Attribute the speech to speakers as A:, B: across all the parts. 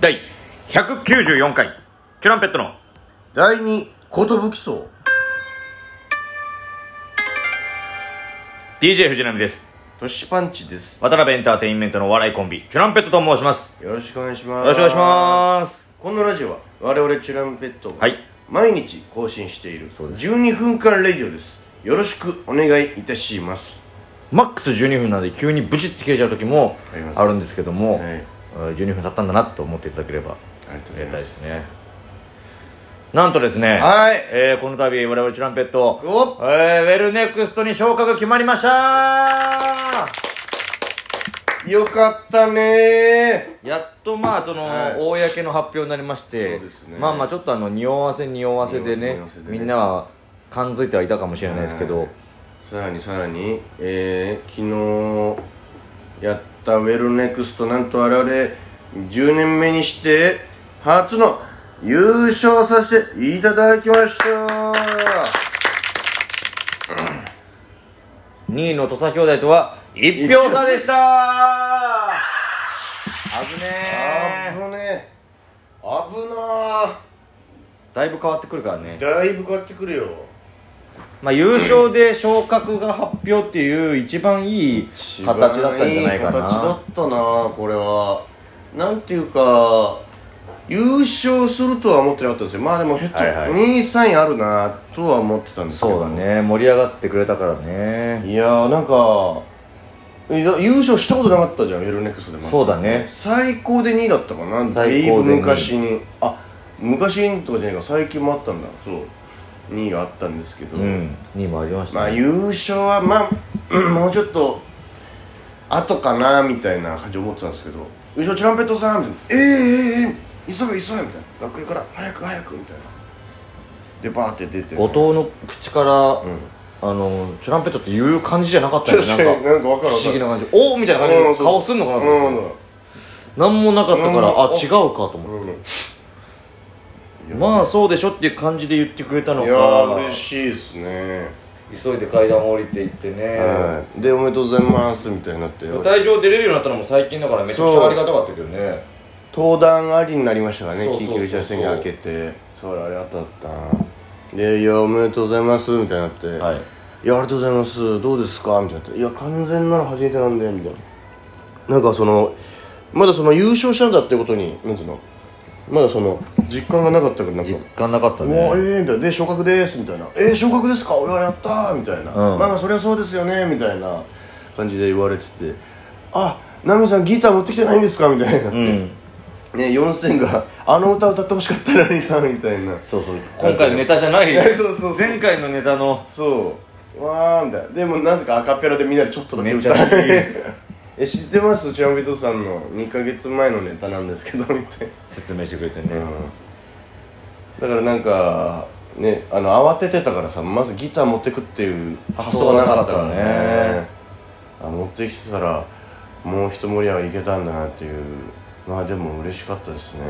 A: 第194回チュランペットの
B: 第二寿荘
A: DJ 藤波です
B: トシパンチです
A: 渡辺エンターテインメントのお笑いコンビチュランペットと申します
B: よろしくお願いします
A: よろしくお願いします
B: このラジオは我々チュランペットが
A: はい
B: 毎日更新している
A: そうです
B: 12分間レディオですよろしくお願いいたします
A: マックス12分なんで急にブチって切れちゃう時も
B: あります
A: あるんですけども、
B: はい
A: えー12分経ったんだなと思っていただければ
B: ありがと
A: あ
B: うご
A: り
B: ざ
A: がたい
B: いま
A: ですすねなんとですね
B: はい
A: えーこの度我々チュランペット、
B: お
A: えーウェルネクストに昇格決まりました
B: よかったね
A: やっとまあその、
B: はい
A: 公の発表になりまして
B: そうですね
A: まあまあちょっとあの匂わせ匂わせでね
B: 匂わせ匂わせでね
A: みんなは感づいてはいたかもしれないですけど、
B: はいさらにさらにえー、昨日やったウェルネクストなんと我々10年目にして初の優勝させていただきました
A: 2位の土佐兄弟とは1票差でした危
B: あ
A: ねえ
B: ぶねあぶな
A: だいぶ変わってくるからね
B: ーだいぶ変わってくるよ
A: まあ優勝で昇格が発表っていう一番いい形だったんじゃないか
B: 一番いい形だ
A: な
B: ったなこれはなんていうか優勝するとは思ってなかったですよまあでもヘッド、
A: はいはい
B: 2位3位あるなとは思ってたんですけど
A: そうだね盛り上がってくれたからね
B: いやーなんかえだ優勝したことなかったじゃんウェルネクストでまだ
A: そうだね
B: 最高で2位だったかなだ
A: 最
B: い
A: 高
B: ぶ
A: で二位
B: 昔にあ昔にとかじゃないか最近もあったんだそう2位があったんですけど、
A: うん2位もありまし
B: ま
A: た
B: あ
A: ね、
B: 優勝はまあうんもうちょっと後かなみたいな感じで思ってたんですけど優勝チュランペットさんみたいな「ええええええ急げ急げ」みたいな学園から「早く早く」みたいなでバーって出て
A: 後藤の口から、
B: うん
A: あのチュランペットっていう感じじゃなかったよねなん
B: 確
A: か
B: かになんか分
A: 不
B: かる分か
A: 思議
B: る
A: な感じおおみたいな感じ
B: う
A: で
B: んそう
A: 顔すんのかなと
B: う
A: 思っ
B: ん
A: て何もなかったから
B: うん
A: あ違うかと思っ
B: うん
A: てまあそうでしょっていう感じで言ってくれたの
B: いやー
A: か
B: 嬉しいですね、
A: 急いで階段を降りていってね
B: はいでおめでとうございますみたいになって
A: 舞台上出れるようになったのも最近だからめちゃくちゃありがたかったけどね
B: 登壇ありになりましたからね
A: そうそうそうそう
B: 緊急事態宣言明けてそうあれあったあったで「いやおめでとうございます」みたいになって「
A: はい
B: い、やありがとうございますどうですか?」みたいになって「いや完全なの初めてなんで」みたいななんかそのまだその優勝したんだってことになんつうのまだその実感がなかったからなんか
A: 実感なかった
B: もう
A: ね
B: ええみたいな「で昇格です」みたいな「えー、昇格ですか俺はやった」みたいな「
A: うん
B: まあまあそりゃそうですよね」みたいな感じで言われてて「あナミさんギター持ってきてないんですか?」みたいになっ
A: う
B: て、
A: ん
B: ね4000が「あの歌歌ってほしかったのにな」みたいな
A: そうそう今回のネタじゃない
B: そうそうそう
A: 前回のネタ の
B: そうわーみたいなでもなぜかアカペラでみんなでちょっとだけ
A: めっち
B: 歌
A: ゃ
B: っ
A: 好き
B: て え知ってますチュランビトさんの2ヶ月前のネタなんですけどみたいな
A: 説明してくれてね
B: だからなんかねあの慌ててたからさまずギター持ってくっていう発想がなかったからねあ持ってきてたらもう一盛り上がりいけたんだなっていうまあでも嬉しかったですね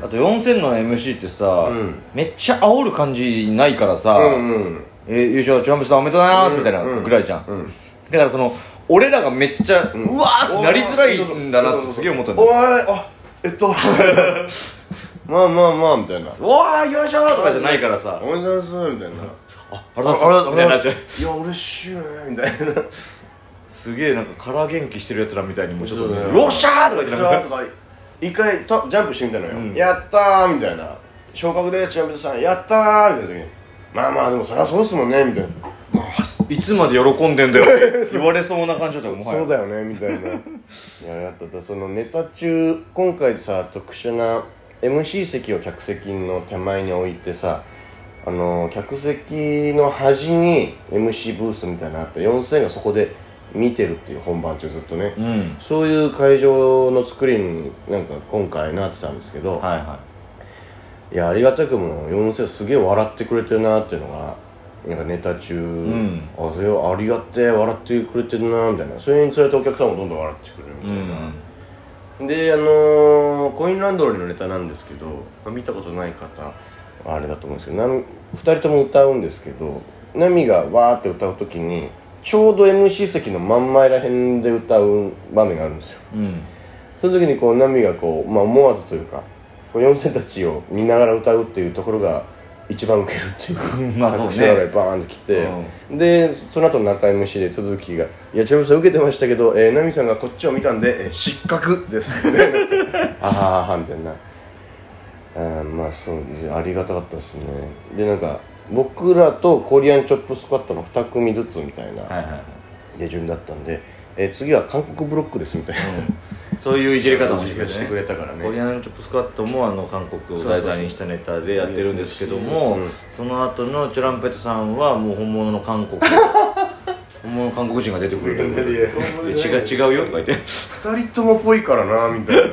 A: あと4000の MC ってさ、
B: うん
A: めっちゃ煽る感じないからさ、
B: うんうん
A: えー優勝チュランプさんおめでとうございますみたいな
B: うんうん
A: ぐらいじゃん、
B: うん
A: だからその俺らがめっちゃ、うわーってなりづらいんだなってすげえ思ったんだ
B: お
A: よ
B: いあえっ とまあまあまあみたいな
A: おーよいしょーとかじゃないからさ
B: おめでとうございますみたいな
A: ああれだみたいになっちゃう
B: いや嬉しいねみたいな
A: すげえなんか空元気してるやつらみたいにもうちょっとね
B: そうだよ
A: よっしゃーとか言ってなんか
B: とか一回とジャンプしてみたのよ、
A: うん
B: やったーみたいな「昇格ですチャンピオンさんやったー」みたいな時に「まあまあでもそりゃそうっすもんね」みたいな「まあそ
A: いつまで喜んでんだ よって言われそうな感じだったよもはや
B: そうだよね」みた いないややっただそのネタ中今回さ特殊な MC 席を客席の手前に置いてさあの客席の端に MC ブースみたいなのあって4000がそこで見てるっていう本番中ずっとね、
A: うん
B: そういう会場の作りになんか今回なってたんですけど、、
A: はいはい
B: やありがたくも4世すげえ笑ってくれてるなっていうのがなんかネタ中、
A: ん
B: あそれありがてえ笑ってくれてるなみたいなそれにつれてお客さんもどんどん笑ってくれるみ
A: い
B: た
A: う
B: い
A: ん
B: な、であのーコインランドリーのネタなんですけど、まあ見たことない方あれだと思うんですけど2人とも歌うんですけどナミがわーって歌う時にちょうど MC 席の真ん前ら辺で歌う場面があるんですよ
A: うん
B: その時にこうナミがこう、まあ、思わずというかこう四千たちを見ながら歌うっていうところが一番ウケるっていう
A: まあそう
B: 拍手笑い
A: ね
B: バーンと来て、でその後の中 MC で続きが「いやちなみにさん受けてましたけど、えー、ナミさんがこっちを見たんで、えー失格」です あはははみたいなあーまあそうでありがたかったですねでなんか僕らとコリアンチョップスクワットの2組ずつみたい
A: うんはい
B: な
A: はいはい
B: 手順だったんで、えー次は韓国ブロックですみたいな、
A: うんそういういじり方も
B: してくれたからね
A: コリアンチョップスクワットもあの韓国を題材にしたネタでやってるんですけども
B: うん
A: その後のチュランペットさんはもう本物の韓 国本物の韓国人が出てくるということで
B: いやいや本物じゃない
A: で違う違うよとか言って
B: 2人ともぽいからなみたいなで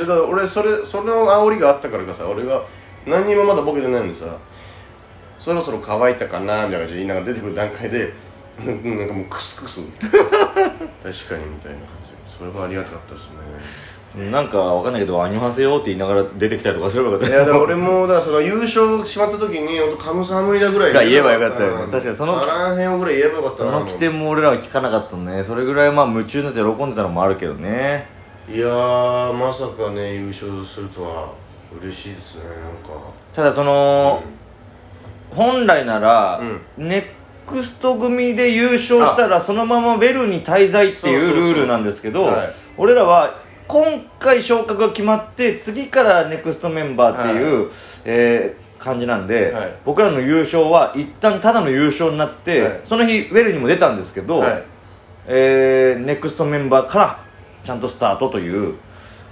B: だから俺それその煽りがあったからかさ俺が何にもまだボケてないのにさそろそろ乾いたかなみたいな感じで言いながら出てくる段階で うんなんかもうクスクス 確かにみたいな感じそれはありがたかったですね
A: なんかわかんないけど「アニョハセよ」って言いながら出てきたりとかすればよかっ
B: い
A: た
B: やだから俺もだからその優勝しまった時に本当カムサハムリだぐらい
A: いや言えばよかったよね確かにその
B: サラン編をぐらい言えばよかった
A: そ
B: な
A: の起点も俺らは聞かなかったねそれぐらいまあ夢中になって喜んでたのもあるけどね
B: いやーまさかね優勝するとは嬉しいですねなんか
A: ただその、本来なら、
B: う
A: ネクスト組で優勝したらそのままウェルに滞在ってい
B: そう
A: う
B: そうそう
A: ルールなんですけど
B: はい
A: 俺らは今回昇格が決まって次からネクストメンバーっていう、えー感じなんで、
B: はい
A: 僕らの優勝は一旦ただの優勝になって、
B: はい
A: その日ウェルにも出たんですけど、
B: はい
A: えーネクストメンバーからちゃんとスタートという。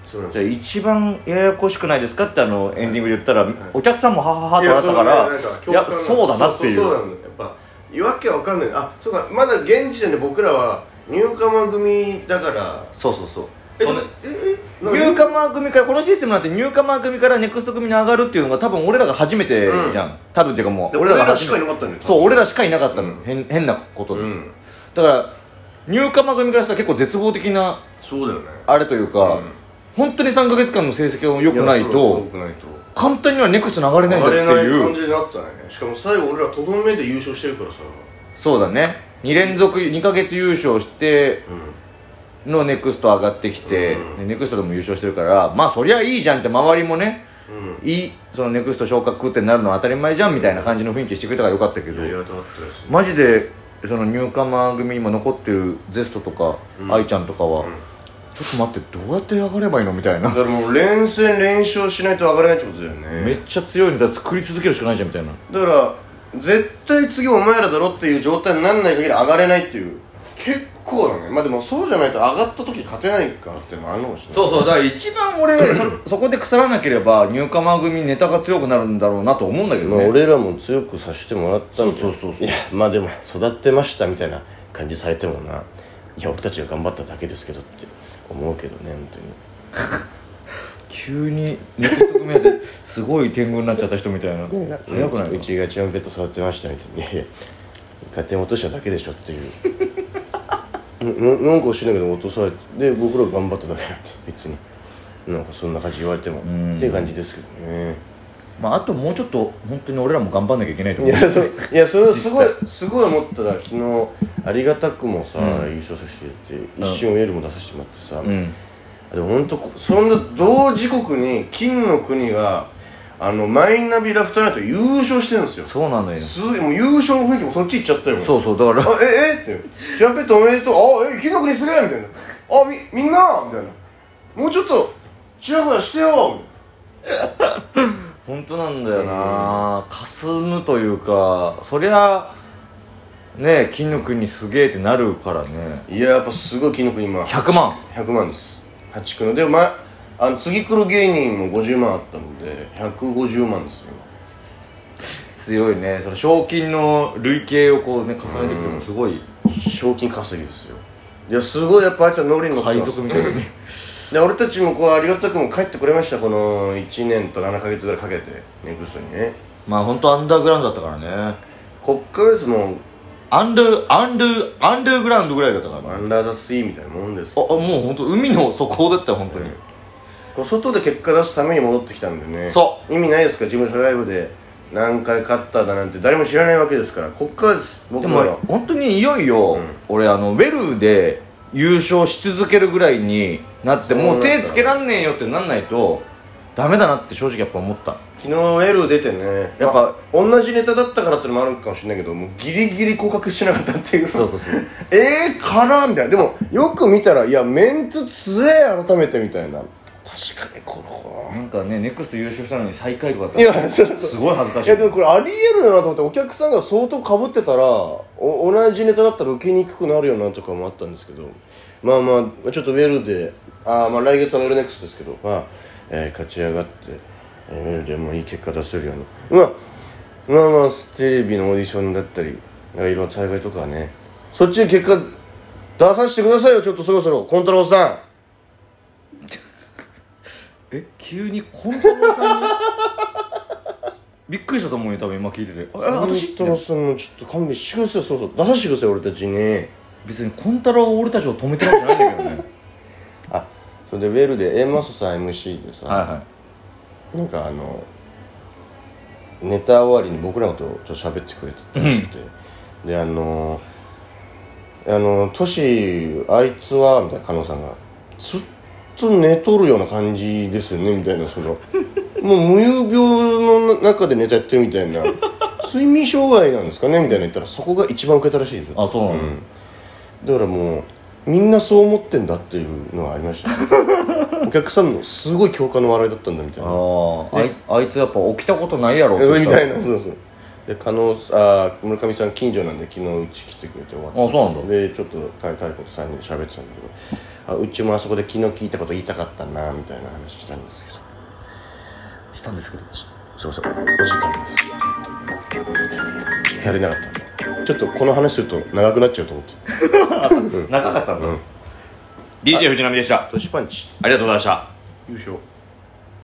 B: そうなんです
A: じゃあ一番ややこしくないですかってあのエンディングで言ったら、お客さんもははははと
B: いや
A: 笑ったから
B: そう
A: い
B: ねな
A: や
B: んか共感
A: そうだなってい
B: そうそううなんだやっぱ言い訳わかんないあそうかまだ現時点で僕らはニューカマー組だから
A: そうそうそう
B: え
A: その
B: ええ
A: ニューカマー組からこのシステムなんてニューカマー組からネクスト組に上がるっていうのが多分俺らが初めてじゃん、多分っていうかもう
B: 俺
A: が
B: ら
A: 初
B: し
A: め
B: かいなかったんだよ
A: そう俺らしかいなかったの、
B: うん
A: 変変なことで、
B: うん
A: だからニューカマー組からしたら結構絶望的な
B: そうだよね
A: あれというか、
B: うん
A: 本当に3か月間の成績が良くない
B: やそう
A: と
B: 良くないと
A: 簡単にはネクスト流れないんだっ
B: 割
A: て
B: れない
A: い
B: 感
A: う
B: じになったねしかも最後俺らとどめで優勝してるからさ
A: そうだね2連続2か月優勝して
B: う
A: のネクスト上がってきて、
B: うん
A: でネクストでも優勝してるからまあそりゃいいじゃんって周りもね
B: んうん
A: いいそのネクスト昇格ってなるのは当たり前じゃんみたいな感じの雰囲気してくれたからよかったけど
B: やりがたかったですね
A: マジでそのニューカマー組今残ってるゼストとか、
B: うん
A: 愛ちゃんとかは、
B: うん
A: ちょっと待ってどうやって上がればいいのみたい
B: だ
A: な
B: からもう連戦連勝しないと上がれないってことだよね
A: めっちゃ強いネタ作り続けるしかないじゃんみたいな
B: だから絶対次お前らだろっていう状態にならない限り上がれないっていう結構だねまあでもそうじゃないと上がった時勝てないからっていうのもあるのかもしれない
A: そうそうだから一番俺 そそこで腐らなければニューカマー組ネタが強くなるんだろうなと思うんだけど
B: まあ
A: ね、
B: 俺らも強くさせてもらったんで
A: そうそうそうそう
B: いやまあでも育ってましたみたいな感じされてもないや僕たちが頑張っただけですけどって思うけどね本当に
A: 急にネクスト組ですごい天狗になっちゃった人みたいな早くないう
B: ちがチャンペット育てましたみたいにいやいや勝手に落としただけでしょっていう なななんか知らないけど落とされてで僕ら頑張っただけなんで別になんかそんな感じ言われても
A: うん
B: っていう感じですけどね
A: まあ、あともうちょっと本当に俺らも頑張んなきゃいけないと
B: い
A: 思う
B: やそいやそれはすごいすごい思ったら昨日ありがたくもさ、
A: うん
B: 優勝させてって一瞬エルも出させてもらってさ、
A: うん
B: でも本当こそんな同時刻に金の国があのマイナビラフターナイト優勝してるんですよ
A: そうなのよ
B: すごいもう優勝の雰囲気もそっち行っちゃったよ
A: そうそうだから
B: あええってチャンペットおめでとうあえ金の国すげえみたいなあみみんなみたいなもうちょっとチヤホヤしてよ
A: 本当なんだよな霞むというかそりゃねえ金の国すげえってなるからね
B: いややっぱすごい金の国今
A: 100万
B: 100万です8区のでまあの次来る芸人も50万あったので150万ですよ
A: 強いねその賞金の累計をこうね重ねていくのもすごい
B: 今賞金稼ぎですよいやすごいやっぱあいつはノリに乗って
A: 海
B: ます
A: 賊みたいなね
B: で俺たちもこうありがたくも帰ってくれましたこの1年と7ヶ月ぐらいかけてネクストにね
A: まあ本当アンダーグラウンドだったからね
B: こっからですもう
A: アンダーアンダーアンダーグラウンドぐらいだったからね
B: アンダーザスイーみたいなもんです
A: ああもう本当海の底だったよ本当に、
B: こう外で結果出すために戻ってきたんでね
A: そう
B: 意味ないですか事務所ライブで何回勝っただなんて誰も知らないわけですからこっからです
A: で
B: 僕ら
A: も
B: は
A: 本当にいよいよ、
B: うん
A: 俺あのウェルで優勝し続けるぐらいになって
B: そうな
A: も
B: ん
A: う
B: だ
A: 手つけらんねえよってなんないとダメだなって正直やっぱ思った
B: 昨日エロ出てね
A: やっぱ
B: まあ同じネタだったからってのもあるかもしれないけどもうギリギリ告白しなかったっていう
A: そうそうそう
B: えー、からみたいなでもよく見たらいやメンツ強え改めてみたいな確かにこ
A: な
B: れ
A: んかねネクスト優勝したのに最下位とか
B: い
A: だった
B: や
A: ら
B: そうそう
A: すごい恥ずかし
B: い
A: い
B: やでもこれありえるよなと思ってお客さんが相当かぶってたらお同じネタだったら受けにくくなるよなとかもあったんですけどまあまあちょっとウェルであーまあ来月はウェルネックスですけど、まあえー勝ち上がって、えーウェルでもいい結果出せるような、まあ、まあまあテレビのオーディションだったりなんかいろんな大会とかねそっちで結果出させてくださいよちょっとそろそろコントローさん
A: え急にコントロールさんにびっくりしたと思うよ多分今聞いてて「ああ私?」っ
B: コントロ
A: て
B: ーさんもちょっと勘弁してくださいよそろそろ出させてくださいよ俺たちに。
A: 別にコンタローは俺たちを止めてるわけじゃないんだけどね
B: あそれでウェルで A マスさん MC でさ、
A: はいはい
B: なんかあのネタ終わりに僕らのことをちょっと喋ってくれてたらしくて、であのあのトシあいつはみたいな加納さんがずっと寝とるような感じですよねみたいな そのもう無遊病の中でネタやってるみたいな睡眠障害なんですかねみたいな言ったらそこが一番受けたらしいですよ
A: あそうなの
B: うんだからもうみんなそう思ってんだっていうのはありました、 ね、お客さんのすごい共感の笑いだったんだみたいな
A: ああ
B: で
A: あいあいつやっぱ起きたことないやろってさ
B: みたいなそうそうで加納あー村上さん近所なんで昨日うち来てくれて終
A: あ
B: わっ
A: そうな
B: た
A: んだ
B: でちょっと太太鼓と3人で喋ってたんだけどあうちもあそこで昨日聞いたこと言いたかったなみたいな話したんですけど
A: したんですけど
B: すいませんお時間ですやれなかったちょっとこの話すると長くなっちゃうと思って
A: 長かったんだ、
B: うん
A: DJ 藤波でした
B: 年パンチ
A: ありがとうございました
B: 優勝